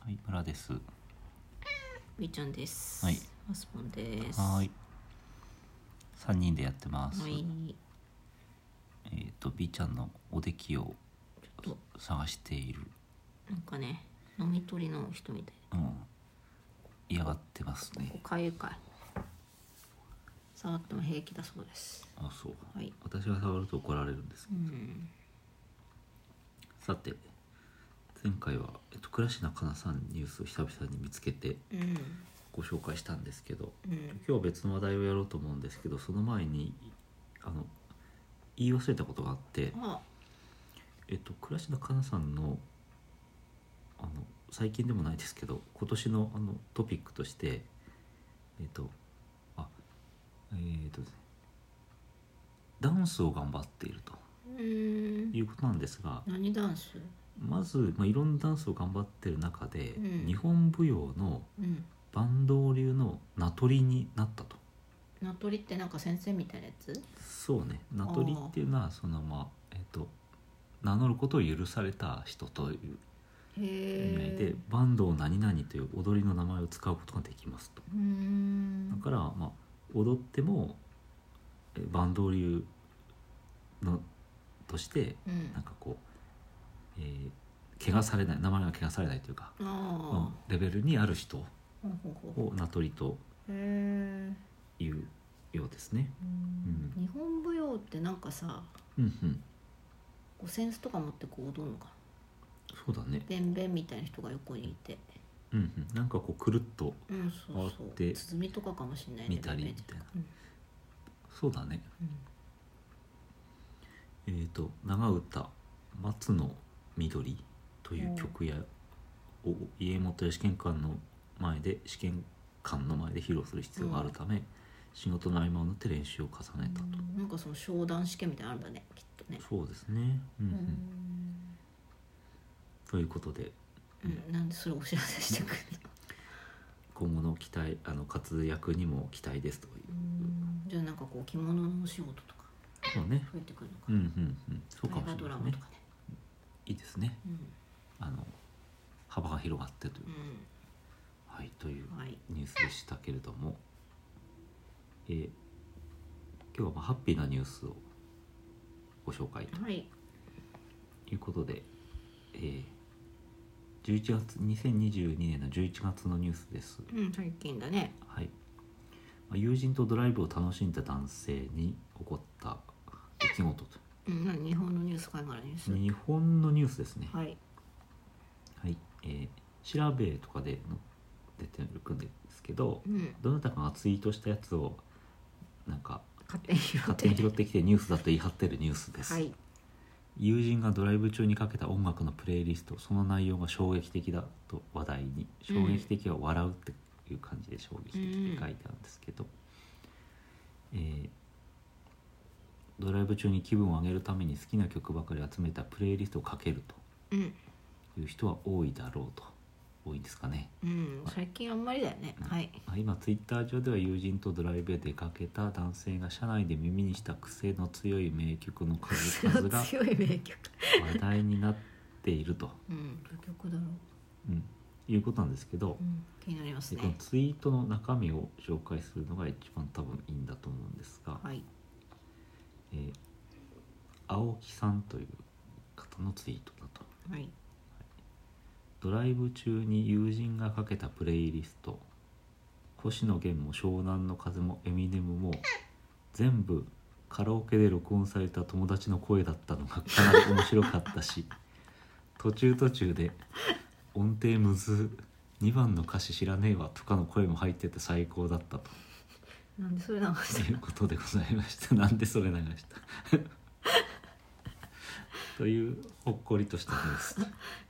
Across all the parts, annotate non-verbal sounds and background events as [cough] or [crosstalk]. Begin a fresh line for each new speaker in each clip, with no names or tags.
はい、村です。
みーちゃんです。
はい。
マスボンです。
はーい。三人でやってます。
はい。
えっ、と、B ちゃんのおできを
ちょっ
探している。
なんかね、飲み取りの人みたい。
うん。嫌がってます
ここ
ね。
かゆいかい。触っても平気だそうです。
あ、そう。
はい
私が触ると怒られるんです
う。ん。
さて。前回は、えっと、倉科かなさんニュースを久々に見つけて
うん。
ご紹介したんですけど
うん。
今日は別の話題をやろうと思うんですけどその前にあの言い忘れたことがあって、
あ、
えっと、倉科香菜さんのあの最近でもないですけど今年のあのトピックとしてえっとあえっとですねダンスを頑張っていると
うん。
いうことなんですが
何ダンス？
まず、まあ、いろんなダンスを頑張ってる中で、
うん
日本舞踊の
うん。
バンド流の名取になったと。
名取ってなんか先生みたいなやつ？
そうね名取っていうのはそのまあえっと名乗ることを許された人という
へ
意味合いで
え。
バンドを何々という踊りの名前を使うことができますと
うーん。
だから、まあ、踊ってもえバンド流のとして
うん
なん。かこう、えー、怪我されない名前が怪我されないというか、う
あ
んレベルにある人
あ。ほうほうほ
を
う。
名取と
へえ。
いうようですね。う
うん日本舞踊ってなんかさ、
うんうん、
こうセンスとか持ってこう踊るのかな。
そうだね、
べんべんみたいな人が横にいて、
うんうん、なんかこうくるっと
うん、そうそ
あっ
う
て
鼓とかかもしれない
見たりみたいなそうだねえー、と長唄「松の緑」という曲やを家元や試験官の前で試験官の前で披露する必要があるため、仕事の合間を縫って練習を重ねたと、
うん、なんかその商談試験みたいなのあるんだねきっとね
そうですね、うん
う
うん
ん、
ということで
うん、なんでそれお知らせしてくるの、
今後の期待あの活躍にも期待ですという
うん、じゃあなんかこう着物のお仕事とか
そうね
増えてくるのか
うんうんうんそうかもし
大河ド
れな
ラ
い
マ
ね
とかね
いいですねあの幅が広がってという
うん、
はいという
うん、はい
ニュースでしたけれども、えー今日はまあハッピーなニュースをご紹介と
はい
いうことで、えー11月2022年の11月のニュースです、
うん最近だね
はいまあ友人とドライブを楽しんだ男性に起こった出来事と
うん何日本のニュース海外のニュース、
日本のニュースですね、
はい
はいえー、調べとかでの出てるんですけど
うん
どなたかがツイートしたやつをなんか
勝手に拾っ
勝
て
手に拾ってきてニュースだと言い張ってるニュースです、
はい
友人がドライブ中にかけた音楽のプレイリストその内容が衝撃的だと話題に
うん
衝撃的は笑うっていう感じで衝撃的って書いてあるんですけど、えードライブ中に気分を上げるために好きな曲ばかり集めたプレイリストをかける
うん
という人は多いだろうと多いんですかね、
うん最近あんまりだよねはい
まあ今ツイッター上では友人とドライブへ出かけた男性が車内で耳にした癖の強い名曲の数々が
強い名曲
話題になっていると、
うん曲だろう、
うん、いうことなんですけど
う、ん、気になります
でこの
ね
ツイートの中身を紹介するのが一番多分いいんだと思うんですが、
はい
えー青木さんという方のツイートだと
はい
ドライブ中に友人がかけたプレイリスト星野源も湘南の風もエミネムも全部カラオケで録音された友達の声だったのがかなり面白かったし [laughs] 途中途中で「音程むず2番の歌詞知らねえわ」とかの声も入ってて最高だったと
なんでそれ流し
いうことでございました [laughs] なんでそれ流した [laughs] というほっこりとしたニュース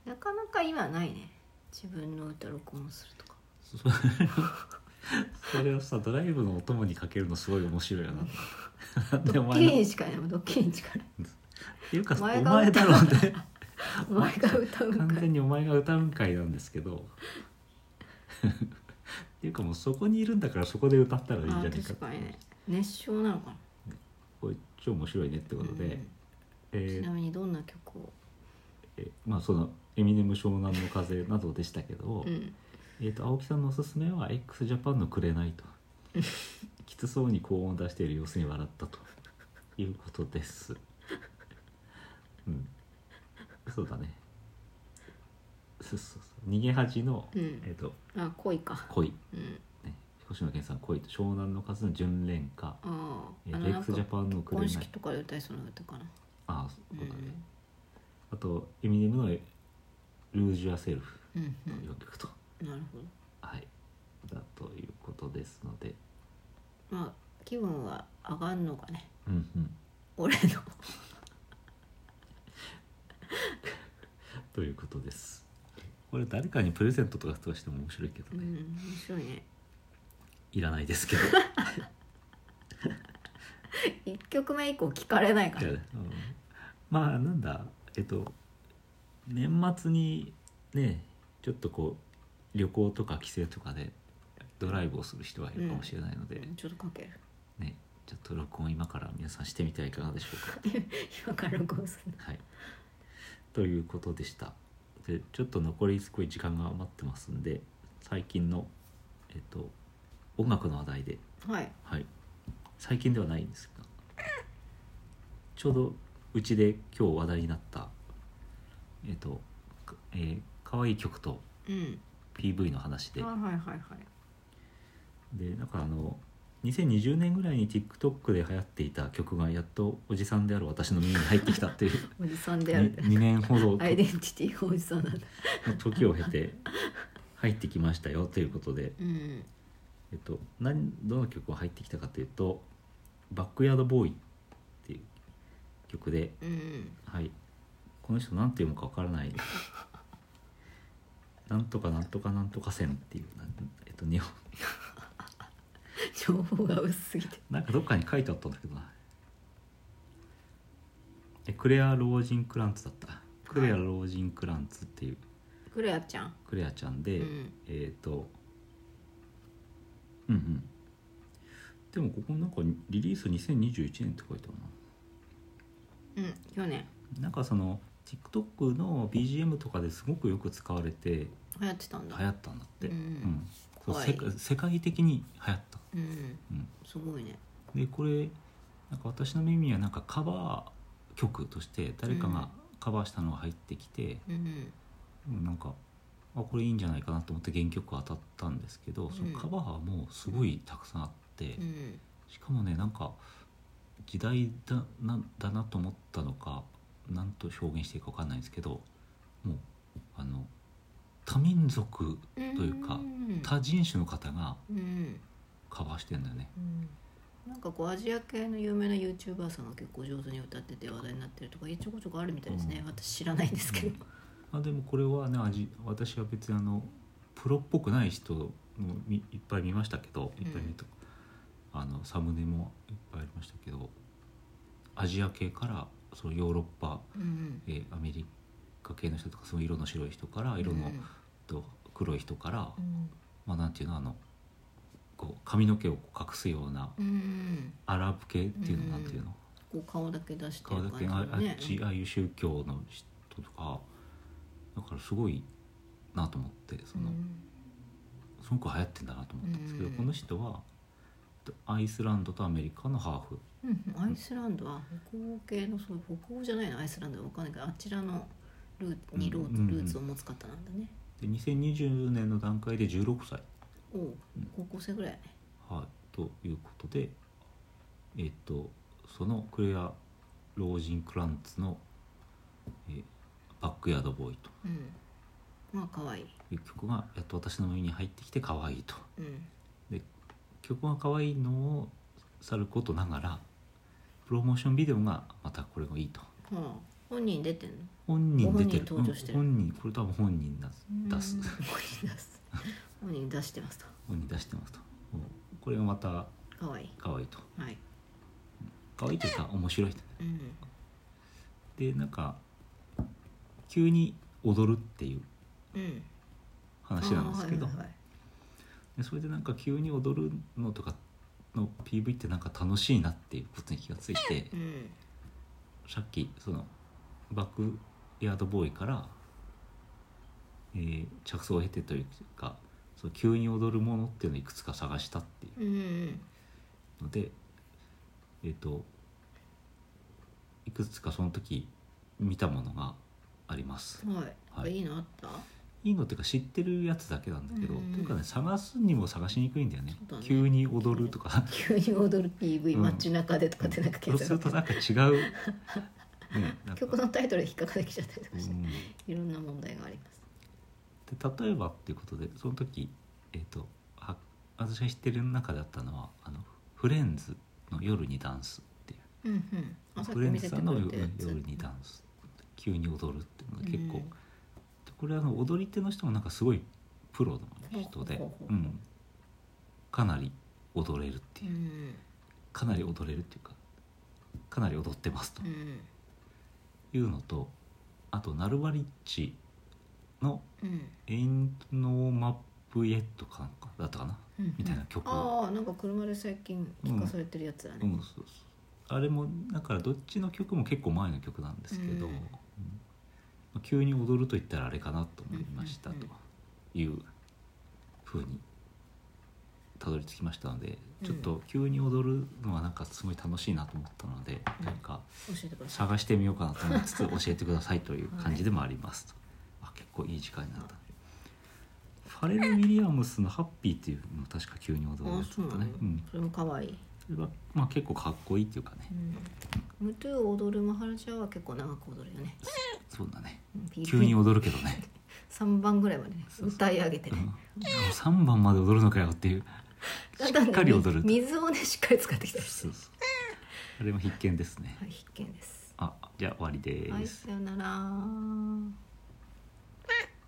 なかなか今ないね自分の歌録音するとか
そそれをさドライブのお供にかけるのすごい面白いよ
[laughs]
ななんで
ド
お
ッキリ
前のっ
にしかないドッキリにしかない
ていうかお
お
前
前が
だ
歌
ろうね
[laughs] お前が歌う
完
か
全
ら
にお前が歌うんかいなんですけど [laughs] っていうかもうそこにいるんだからそこで歌ったらいいんじゃ
あ
ないか
確かにね熱唱なのかな
これ超面白いねってことで、
うん
えー
ちなみにどんな曲を
えーまあそのエミネム湘南の風などでしたけど、
うん
えー、と青木さんのおすすめは x ジャパンの「くれない」と [laughs] きつそうに高音を出している様子に笑ったということですうんそうだねそうそうそう逃げ恥の、
うん
えー、と
あ恋か
恋、
うん
ね、星野源さん恋と湘南の数の純恋歌
あ
え
ああ
ーと
のなん
x ジャ
か
パンの「くれな
婚
い
式」とかで歌いそうな歌かな
ああそう
う
だね、
ん
あとエミネムのえ「ルージュアセルフ
うん」
の4曲と、
うんなるほど
はいだということですので
まあ気分は上がんのかね
うんうん
俺の
ということですこれ誰かにプレゼントとかしても面白いけ
う
ど
ん
ね、
面白いね
いらないです
[laughs]
けど
一曲目以降聞かれないから
うんまあなんだえっと年末にねちょっとこう旅行とか帰省とかでドライブをする人がいるかもしれないので、
うんちょっとかける
ねちょっと録音今から皆さんしてみてはいかがでしょうか
[laughs] 今から録音する
はいということでしたでちょっと残り少し時間が余ってますんで最近のえっと音楽の話題で
はい
はい最近ではないんですがちょうどうちで今日話題になったえっ、とかえー、可愛い曲と
うん
PV の話
はい
で
はいはいはい
でなんかあの2020年ぐらいに TikTok で流行っていた曲がやっとおじさんである私の耳に入ってきたっていう
おじさん [laughs] である
2, 年ほ
[laughs]
ど
アイデンティティがおじさんなんだ
の時を経て入ってきましたよということで、
うん
えっと、何どの曲が入ってきたかというと「バックヤードボーイ」っていう曲で
うん
はい。この人なんて読むかわからない。なんとかなんとかなんとかせんっていうなんえっと日本
情報が薄すぎて
なんかどっかに書いてあったんだけどな。えクレア老人クランツだった。クレア老人クランツっていう
クレアちゃん
クレアちゃんで、
うん
えっ、とうんうん。でもここなんかリリース2021年って書いてあるな。
うん去年
なんかその TikTok の BGM とかですごくよく使われて
流行ってたんだ
流行ったんだって、
うん
そう
怖い
世界世界的に流行った、
うん
うん
すごいね
でこれなんか私の耳にはなんかカバー曲として誰か
うん
がカバーしたのが入ってきて、
うん
うんなんかあこれいいんじゃないかなと思って原曲当たったんですけど、そのカバーはもうすごいたくさんあって、
うん
しかもねなんか時代だなだなと思ったのか何と表現していいか分かんないんですけどもうあの多民族
と
いうか
うん
多人種の方が
うん
カバーしてんだよね。
うんなんかこうアジア系の有名な YouTuber さんが結構上手に歌ってて話題になってるとかちょこちょこあるみたいですね、
うん
私知らないんですけど、
あでもこれはね味私は別にあのプロっぽくない人もみいっぱい見ましたけどいっぱい見た、あのサムネもいっぱいありましたけどアジア系からそのヨーロッパ、
うん
えーアメリカ系の人とかその色の白い人から色の、と黒い人から、
うん
まあなんていうのあのこう髪の毛をこう隠すような
うん、うん
アラブ系っていうの、
うん
なんていうの
こう顔だけ出して
顔
る
だ
感
け
じ
あ,、
のね
っちああいう宗教の人とかだからすごいなと思ってその、
うん
すごく流行ってんだなと思ったんですけど、
うん
この人はえっとアイスランドとアメリカのハーフ
うん、アイスランドは北欧系のそう北欧じゃないのアイスランドは分かんないけどあちらのルーにルー,、
うん
ルーツを持つ方なんだね
で2020年の段階で16歳、
おう高校生ぐらい
はい、ということでえっとそのクレア老人クランツの、えーバックヤードボーイと。
うんまあ可愛い
いう曲がやっと私の耳に入ってきて可愛いと
うん
曲が可愛いのをさることながらプロモーションビデオがまたこれもいいと
はあ本人出てんの
本人出てる
ご本人登場してる
うん本人これ多分本人な出す
うん本人出す本人出してますと
本人出してますとうんこれがまた
可愛い
可愛いと
はい
可愛いというか面白いと
うん
でなんか急に踊るっていう
うん
話なんですけど、
あーはいはいはい
でそれでなんか急に踊るのとかの PV ってなんか楽しいなっていうことに気がついて
うん
さっきそのバックヤードボーイからえー着想を経てというかその急に踊るものっていうのをいくつか探したってい
うんうん
うのでえっ、といくつかその時見たものがあります。
はい、
はい
い、いのあった
いいのっていうか知ってるやつだけなんだけど、
うんうん
というかね探すにも探しにくいんだよね
そうだね
急に踊るとか
急に踊る PV、
うん
街中でとかってなんか
そう
検
すると
索
なんか違う、
[laughs]
ね、なんか
曲のタイトルで引っかかってきちゃったりと
う
かして、
んで
いろんな問題があります
例えばっていうことでその時、えー、とは私が知ってる中だったのは「あのフレンズの夜にダンス」っていう
うんうんあさっき
フレン
見
ズ
せて
さ
く
んの
れ
夜
たやつ
夜にダンス急に踊るっていうのが結構、
うん
でこれあの踊り手の人もなんかすごいプロの人で
ほうほ
う、
うほ、うほうん
かなり踊れるっていうう、
ん
かなり踊れるっていうかかなり踊ってますと
うん
いうのと、あとナルバリッチの
うん
「エインノーマップ・エット」かなんかだったかな、
うん
みたいな曲を、
ああなんか車で最近聞かされてるやつだね、
うん、そうそうあれもだからどっちの曲も結構前の曲なんですけど、
うん
うんまあ急に踊ると言ったらあれかなと思いました
うんうんう
と
ん
いうふうにたどり着きましたので、
うん
ちょっと急に踊るのはなんかすごい楽しいなと思ったので、
うん
なんか。
教えてください
探してみようかなと思いつつ教えてくださいという感じでもありますと、あ結構いい時間になったファレル・ウィリアムスの「ハッピー」っていうのも確か急に踊る
あ
やつ
そ
だ
う
った
なの、
ねうん
それも可愛い、
それはまあ結構かっこいいっていうかね
うん、ムトゥー踊るマハラジャは結構長く踊るよね
そうだ
[laughs]
ね
うんピーピー
急に踊るけど
[laughs]
ね、
3番ぐらいまでね
そうそう
歌い上げて
う
ね
ん、3番まで踊るのかよ
[laughs]
っていう
だ
し
だん
っ
だ
か
ん
り
ね
踊る
水をねしっかり使ってきたりして
そうそうあれも必見ですね
はい必見です
あじゃあ終わりです、
はいさよなら